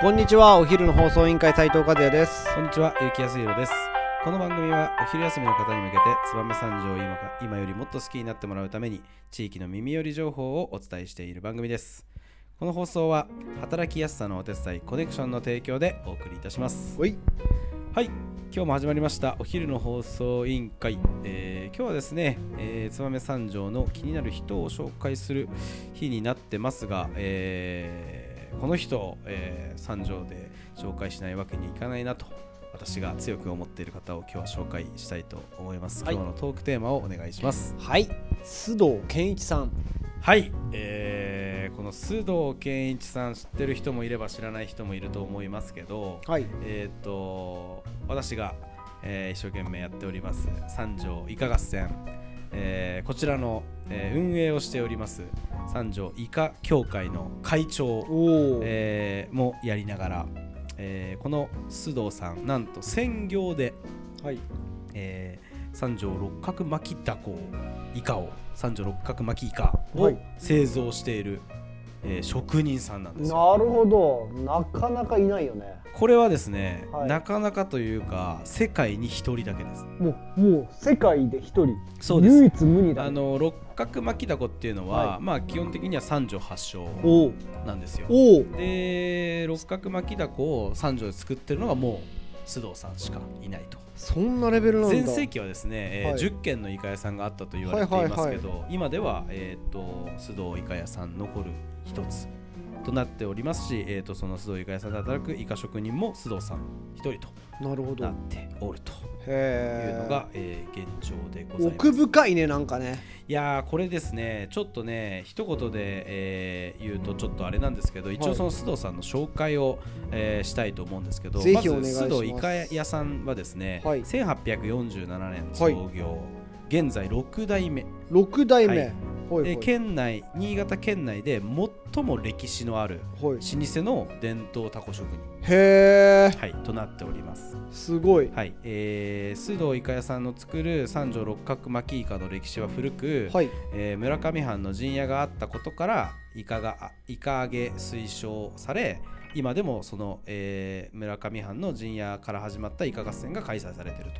こんにちはお昼の放送委員会斉藤和也ですこんにちは、ゆきやすいろです。この番組はお昼休みの方に向けて、燕三条を今か今よりもっと好きになってもらうために、地域の耳寄り情報をお伝えしている番組です。この放送は、働きやすさのお手伝い、コネクションの提供でお送りいたします。おいはい、今日も始まりました、お昼の放送委員会。えー今日はですね、えー燕三条の気になる人を紹介する日になってますが、えーこの人を、えー三条で紹介しないわけにいかないなと私が強く思っている方を今日は紹介したいと思います、はい今日のトークテーマをお願いしますはい須藤健一さんはい、えーこの須藤健一さん知ってる人もいれば知らない人もいると思いますけど、はいえーっと私が、えー一生懸命やっております三条イカ合戦、えーこちらの、えー運営をしております三条イカ協会の会長、おお、えーもやりながら、えーこの須藤さんなんと専業で、はいえー三条六角巻きダコをイカを三条六角巻きイカはをい製造している、えー職人さんなんですよなるほどなかなかいないよねこれはですね、はいなかなかというか世界に一人だけですもうもう世界で一人そうです唯一無二だ、ね、あの六角巻きだこっていうのは、はいまあ基本的には三条発祥おおなんですよおおで六角巻きだこを三条で作ってるのがもう須藤さんしかいないとそんなレベルなんだ全盛期はですね、えーはい10軒のイカ屋さんがあったと言われていますけど、は今では、えー、と須藤イカ屋さん残る一つとなっておりますし、えー、とその須藤イカ屋さんで働くイカ職人も須藤さん一人となるほどなっておるといへえうのが、えー現状でございます奥深いねなんかねいやーこれですねちょっとね一言で、えー言うとちょっとあれなんですけど一は応いその須藤さんの紹介を、えーしたいと思うんですけどぜひお願いしますず須藤イカ屋さんはですね、はい1847年創業、現在6代目、六代目、ははいい、ほいで県内新潟県内で最も歴史のあるほい老舗の伝統タコ職人、へえはい、となっております。すごいはいえー、須藤イカ屋さんの作る三条六角巻きイカの歴史は古く、はいえー村上藩の陣屋があったことからイカがあイカ揚げ推奨され今でもその、えー村上藩の陣屋から始まったイカ合戦が開催されている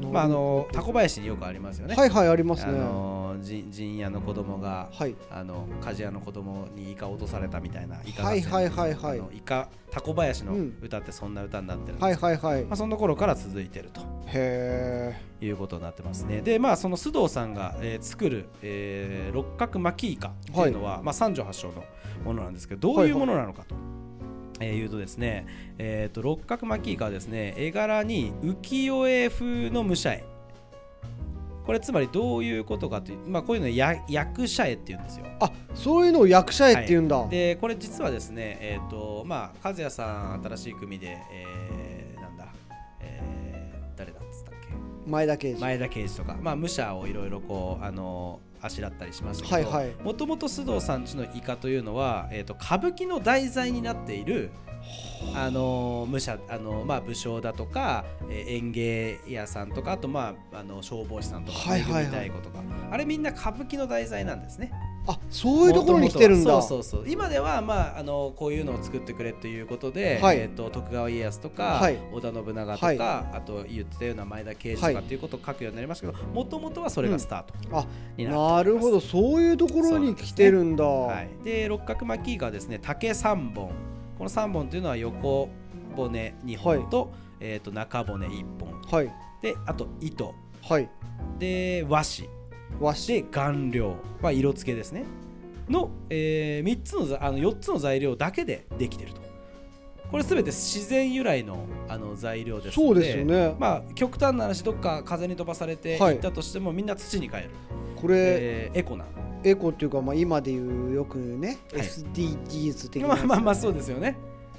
と、まあ、あのタコ林によくありますよね。はいはいありますあねの陣陣屋の子供がはいあの鍛冶屋の子供にイカを落とされたみたいなイカ合はい戦はいはいはいあのイカタコ林のうん歌ってそんな歌になってるんですけどはいはいはいまあ、その頃から続いているとへいうことになってますね。で、まあ、その須藤さんが、えー作る、えー六角巻きイカっていうのは、まあ、三条発祥のものなんですけど、どういうものなのかと。えーいうとですね、えー、と六角巻きイカはですね絵柄に浮世絵風の武者絵これつまりどういうことかという、まあ、こういうのや役者絵っていうんですよあそういうのを役者絵って言うんだ、でこれ実はですねえっ、とまあ和也さん新しい組で、えーなんだ、えー誰だっつったっけ前田刑事前田刑事とか、まあ、武者をいろいろこうあのあしらったりしましたけど、はいはいもともと須藤さんちのイカというのは、えー、と歌舞伎の題材になっているあの武者あの、まあ、武将だとか、えー園芸屋さんとかあと、まあ、あの消防士さんとかはいはいはい太鼓とかあれみんな歌舞伎の題材なんですね。あそういうところに来てるんだそうそうそう今では、まあ、あのこういうのを作ってくれということで、はいえー、と徳川家康とか、はい織田信長とか、はいあと言ってたような前田慶次はといかっていうことを書くようになりましたけどもともとはそれがスタートあになっております、なるほどそういうところに来てるんだはい、で六角巻きがですね竹3本この3本というのは横骨2本と,、えー、と中骨1本はいであと糸はいで和紙わしで顔料、まあ、色付けですねの、え3つのざあの4つの材料だけでできてるとこれ全て自然由来のあの材料ですのでそうですよね、まあ極端な話どっか風に飛ばされてはいいったとしても、みんな土に変える、これ、えーエコなエコっていうか、まあ、今で言うよくね、はい SDGs 的なやまつあまあまあそうですよね、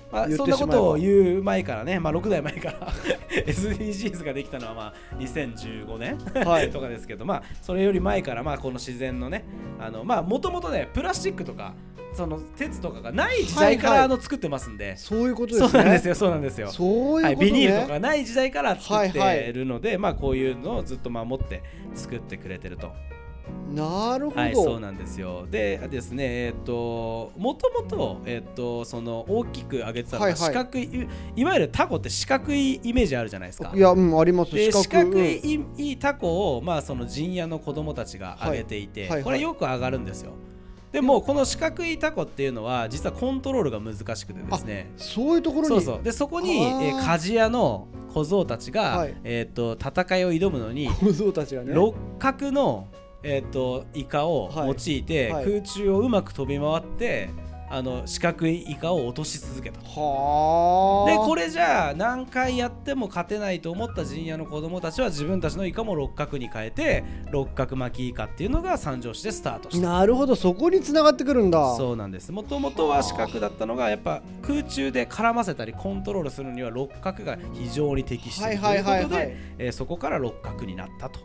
まあ、言っそんてなしまえこばとを言う前からね、まあ、6代前から SDGs ができたのはまあ2015年はい とかですけど、まあそれより前からまあこの自然のねあのまあもともとねプラスチックとかその鉄とかがない時代かはいらはあいの作ってますんで、そういうことですそねうなんですよそうなんですよそういはうい、ことね、ビニールとかない時代から作っはいはているので、まあこういうのをずっと守って作ってくれてるとなるほど、はい、そうなんですよ。でですね、えっ、と、もともと、えっ、と、その大きく上げてたのはいがはい四角い、いいわゆるタコって四角いイメージあるじゃないですか。いやうんありますで四角いうんいいタコを、まあ、その陣屋の子供たちが揚げていて、はいはいはいこれよく上がるんですよでもこの四角いタコっていうのは実はコントロールが難しくてですねそういうところにそう そうでそこに、えあーー鍛冶屋の小僧たちが、はいえー、と戦いを挑むのに小僧たちがね六角の、えー、とイカをはい用いて、はい空中をうまく飛び回ってあの四角いイカを落とし続けたはあでこれれじゃあ何回やっても勝てないと思った陣屋の子供たちは自分たちのイカも六角に変えて六角巻きイカっていうのが参上してスタートしたなるほどそこに繋がってくるんだそうなんですもともとは四角だったのがやっぱ空中で絡ませたりコントロールするには六角が非常に適してはいいるとはいいうこはいはとでいえーそこから六角になったと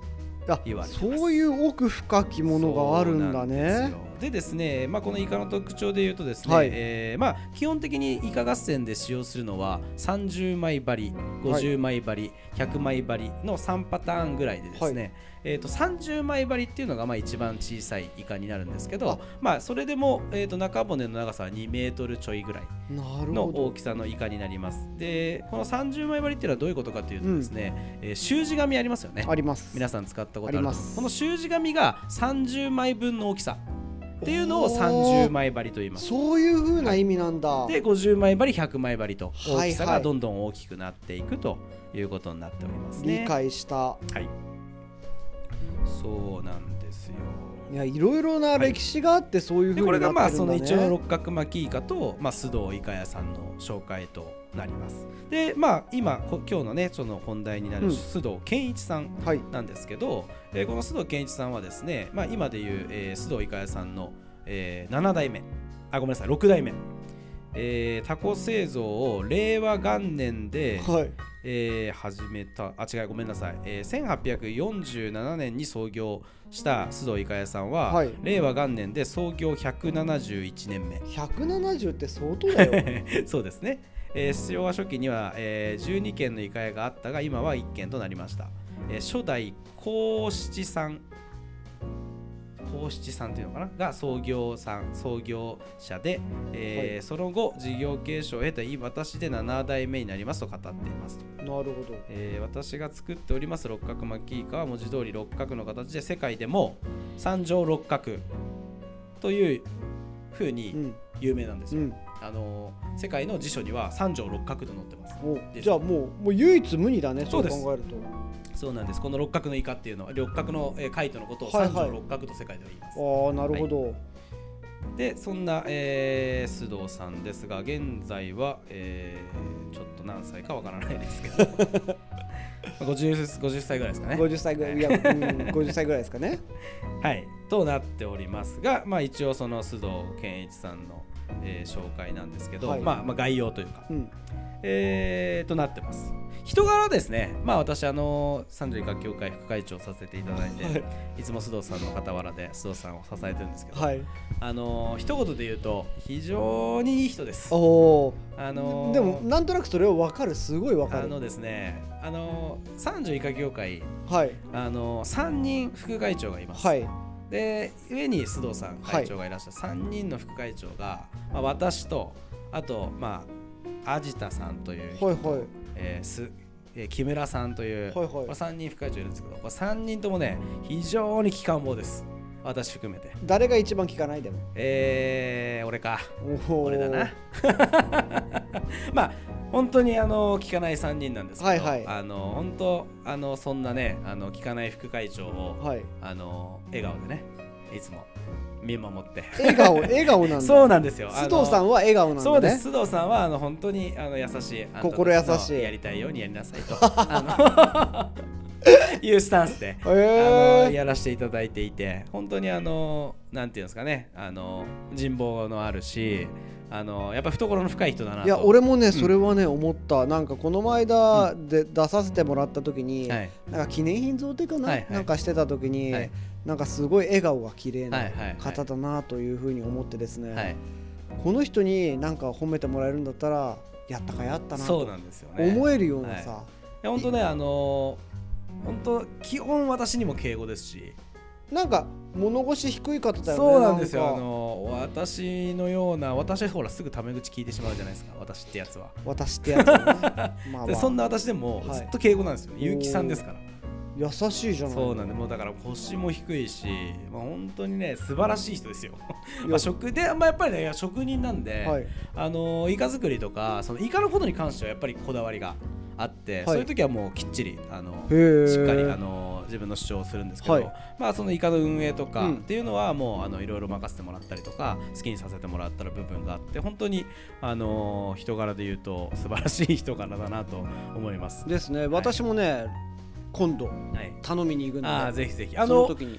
あ言われてますそういう奥深きものがあるんだそうなんねですよでですね、まあ、このイカの特徴で言うとですね、はいえーまあ、基本的にイカ合戦で使用するのは30枚針50枚針、100枚針の3パターンぐらいでですね、えー、と30枚針っていうのがまあ一番小さいイカになるんですけどあまあ、それでも、えー、と中骨の長さは2メートルちょいぐらいなるのほど大きさのイカになりますでこの30枚針っていうのはどういうことかというとうんですね、えー習字紙ありますよねあります皆さん使ったことあるありと思まうすこの習字紙が30枚分の大きさっていうのを30枚針と言いますそういう風な意味なんだ、で50枚針100枚針とはいはい大きさがどんどん大きくなっていくということになっておりますね理解したはいそうなんですよいやいろいろな歴史があってそういう風でにこなれってるがんだまあねその一応の六角巻きイカと、まあ、須藤イカ屋さんの紹介となりますでまあ今こ今日のねその本題になるうん須藤健一さんはいなんですけど、えーこの須藤健一さんはですね、まあ、今でいう、えー須藤いかやさんの、えー7代目あごめんなさい6代目、えータコ製造を令和元年で、はいえー始めたあ違うごめんなさい、えー1847年に創業した須藤いかやさんは、はい令和元年で創業171年目170って相当 だよそうですね、えー昭和初期には、えー12軒のイカ屋があったが今は1軒となりました、えー初代幸七さん幸七さんというのかなが創業さん創業者で、えはーその後事業継承を得た私で7代目になりますと語っていますとなるほどえー私が作っております六角巻きイカは文字通り六角の形で世界でも三条六角というふううにん有名なんですうよ、んあのー世界の辞書には三条六角と載ってますおですじゃあもうもう唯一無二だねそそううです考えるとそうなんですこの六角のイカっていうのは六角のえーカイトのことをはいは三い条六角と世界では言います、ああなるほど、でそんな、えー須藤さんですが現在は、えーちょっと何歳かわからないですけど 50, 50歳ぐらいですかね50歳ぐらいいや、うん、50歳ぐらいですかねはい、となっておりますが、まあ、一応その須藤健一さんの、えー紹介なんですけど、はいまあ、まあ概要というか、うんえー、となってます人柄はですね、まあ、私あの三条医科協会副会長をさせていただいて、、はいつも須藤さんの傍らで須藤さんを支えてるんですけど、はいあの一言で言うと非常にいい人ですお。おあのーでもなんとなくそれを分かるすごい分かあるのですねあの三条医科協会はいあの3人副会長がいます。はいで上に須藤さんはい会長がいらっしゃる、3人の副会長が、まあ、私とあとまあアジタさんという人はいと、はいえーすえー木村さんという、はいはいこれ3人副会長いるんですけどこれ3人ともね非常に機関棒です私含めて誰が一番聞かないでもえー、俺か おお俺だなまあ本当にあの聞かない3人なんですけど、はいはいあの本当あのそんなねあの聞かない副会長をはいあの笑顔でねいつも見守って笑顔笑顔なんだそうなんですよあの須藤さんは笑顔なんだねそうです須藤さんはあの本当にあの優しいあんたたちの心優しいやりたいようにやりな さいとあの いうスタンスで、へえあのやらせていただいていて本当にあのなんていうんですかねあの人望のあるしあのやっぱ懐の深い人だなといや俺もねそれはね、思ったなんかこの間で、出させてもらった時に、はいなんか記念品贈呈かな、はいはいなんかしてた時に、はいなんかすごい笑顔が綺麗はないはいはい方だなというふうに思ってですね、はいこの人になんか褒めてもらえるんだったらやったかやったなそうとなんですよね思えるようなさ、いや本当ねあの本当基本私にも敬語ですしなんか物腰低い方だよねそうなんですよあかの私のような私はほらすぐタメ口聞いてしまうじゃないですか私ってやつは私ってやつ、ねま あまであ、そんな私でもはいずっと敬語なんですよ、結城さんですから優しいじゃないそうなんでもうだから腰も低いし、まあ、本当にね素晴らしい人ですよいやまあ食で、まあ、やっぱりね職人なんで、はいあのイカ作りとかそのイカのことに関してはやっぱりこだわりがあって、いそういう時はもうきっちりあのへえしっかりあの自分の主張をするんですけど、はいまあそのイカの運営とかうんっていうのはもうあのいろいろ任せてもらったりとか好きにさせてもらった部分があって本当にあの人柄で言うと素晴らしい人柄だなと思います。ですね私もね、今度はい。頼みに行くんであああぜひぜひあそのの時に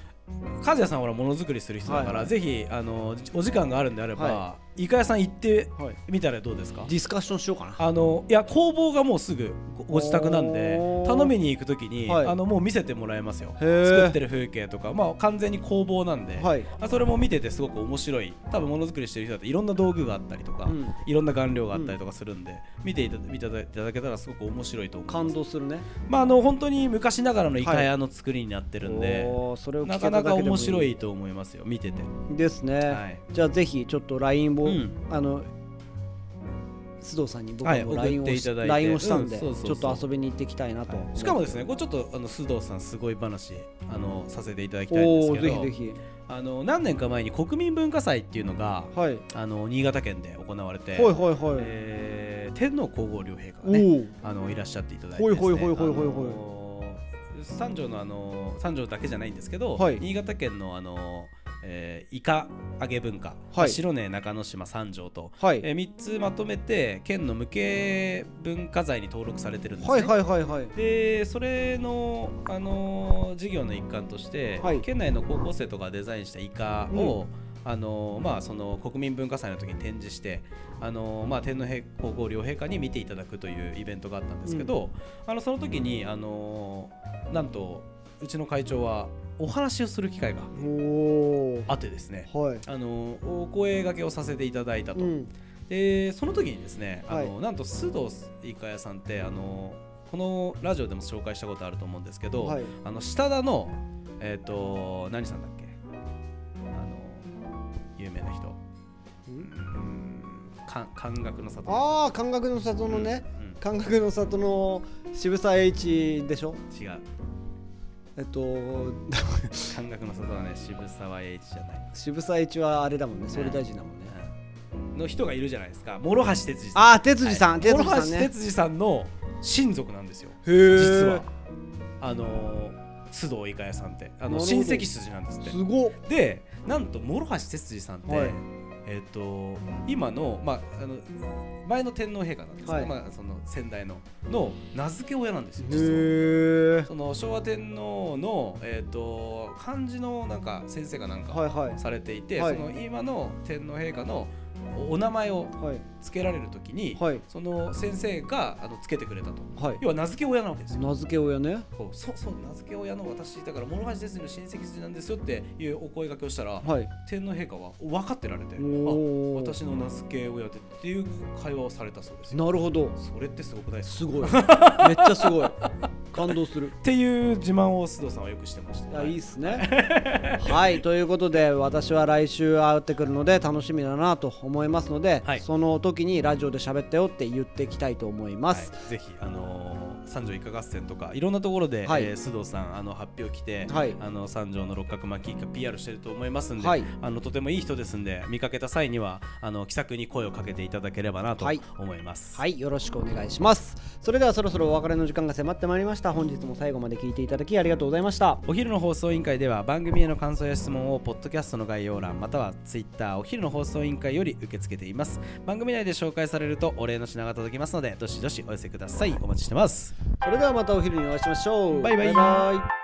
和也さんはほらものづくりする人だから、はいぜひあのお時間があるんであれば、はイカ屋さん行ってはいみたらどうですか？ディスカッションしようかなあのいや工房がもうすぐごご自宅なんでおー頼みに行く時に、はいあのもう見せてもらえますよへー作ってる風景とか、まあ、完全に工房なんで、はいあそれも見ててすごく面白い多分ものづくりしてる人だっていろんな道具があったりとか、うんいろんな顔料があったりとかするんで、見ていた見ていただいただけたらすごく面白いと思います感動するねまあ、あの本当に昔ながらのイカ屋の作りになってるんで、おーそれを聞けなたかだなけかでも面白いと思いますよ見てて、ですね、はいじゃあぜひちょっと LINE を、うんあの須藤さんに僕はいも LINE を,、送っていただいて LINE をしたんで、うんそうそうちそょうっと遊びに行ってきたいなと、はいしかもですねこれちょっとあの須藤さんすごい話あのさせていただきたいんおですおけーどぜひぜひあの何年か前に国民文化祭っていうのがはい、あの新潟県で行われて、ほいほいほい、えー天皇皇后両陛下がおねおーあのいらっしゃっていただいてほいです、ね、ほいほいほいほいほいあのー三条のあのー三条だけじゃないんですけど、はい新潟県のあのーえーイカ揚げ文化、まあ白根中之島三条と、はい、えー、3つまとめて県の無形文化財に登録されてるんですはね、いはいはいはいでそれの、あのー事業の一環として、はい県内の高校生とかがデザインしたイカを、あのーまあ、その国民文化祭の時に展示して、あのーまあ、天皇陛皇后両陛下に見ていただくというイベントがあったんですけど、あのその時に、あのーなんとうちの会長はお話をする機会がおおあってですね、はいあのーお声がけをさせていただいたと。うんでその時にですね、はいあのなんと須藤イカ屋さんってあのこのラジオでも紹介したことあると思うんですけど、はいあの下田のえっ、と何さんだっけあの有名な人うーんか感覚の里のああ感覚の里のね、うんうん感覚の里の渋沢栄一でしょ違うえっと 感覚の里はね渋沢栄一じゃない、渋沢栄一はあれだもんね総理大臣だもんね、うんの人がいるじゃないですか諸橋哲司さんああ哲司さはん、い哲司さん諸橋ね哲司さんの親族なんですよへー実はあのー須藤いかやさんってあなるほのど親戚筋なんですってすごっでなんと諸橋哲司さんって、はいえっ、と今の,、まあ、あの前の天皇陛下なんですけど、はいまあ、その先代のの名付け親なんですよ実は。へえその昭和天皇の、えー、と漢字のなんか先生がなんはかいはいされていて、はいその今の天皇陛下のおお名前をはい付けられる時に、はいその先生があの付けてくれたとはい要は名付け親なわけですよ名付け親ねそうそうそう名付け親の私だから諸橋哲司の親戚筋なんですよっていうお声掛けをしたら、はい天皇陛下は分かってられてあおお私の名付け親でっていう会話をされたそうですよなるほどそれってすごくないですすかごい めっちゃすごい感動するっていう自慢を須藤さんはよくしてました、いやいいっすねはいということで私は来週会ってくるので楽しみだなと思いますので、はいその時にラジオで喋ったよって言っていきたいと思いはまいす、ぜひあのー三条一家合戦とかいろんなところで、はいえー須藤さんあの発表来て、はいあの三条の六角巻き以下 PR してると思いますんで、はいあのとてもいい人ですんで見かけた際にはあの気さくに声をかけていただければなとはい思います。はい、よろしくお願いします。それではそろそろお別れの時間が迫ってまいりました。本日も最後まで聞いていただきありがとうございました。お昼の放送委員会では番組への感想や質問をポッドキャストの概要欄またはツイッターお昼の放送委員会より受け付けています番組内で紹介されるとお礼の品が届きますのでどしどしお寄せくださいお待ちしてますそれではまたお昼にお会いしましょう。バイバイバイ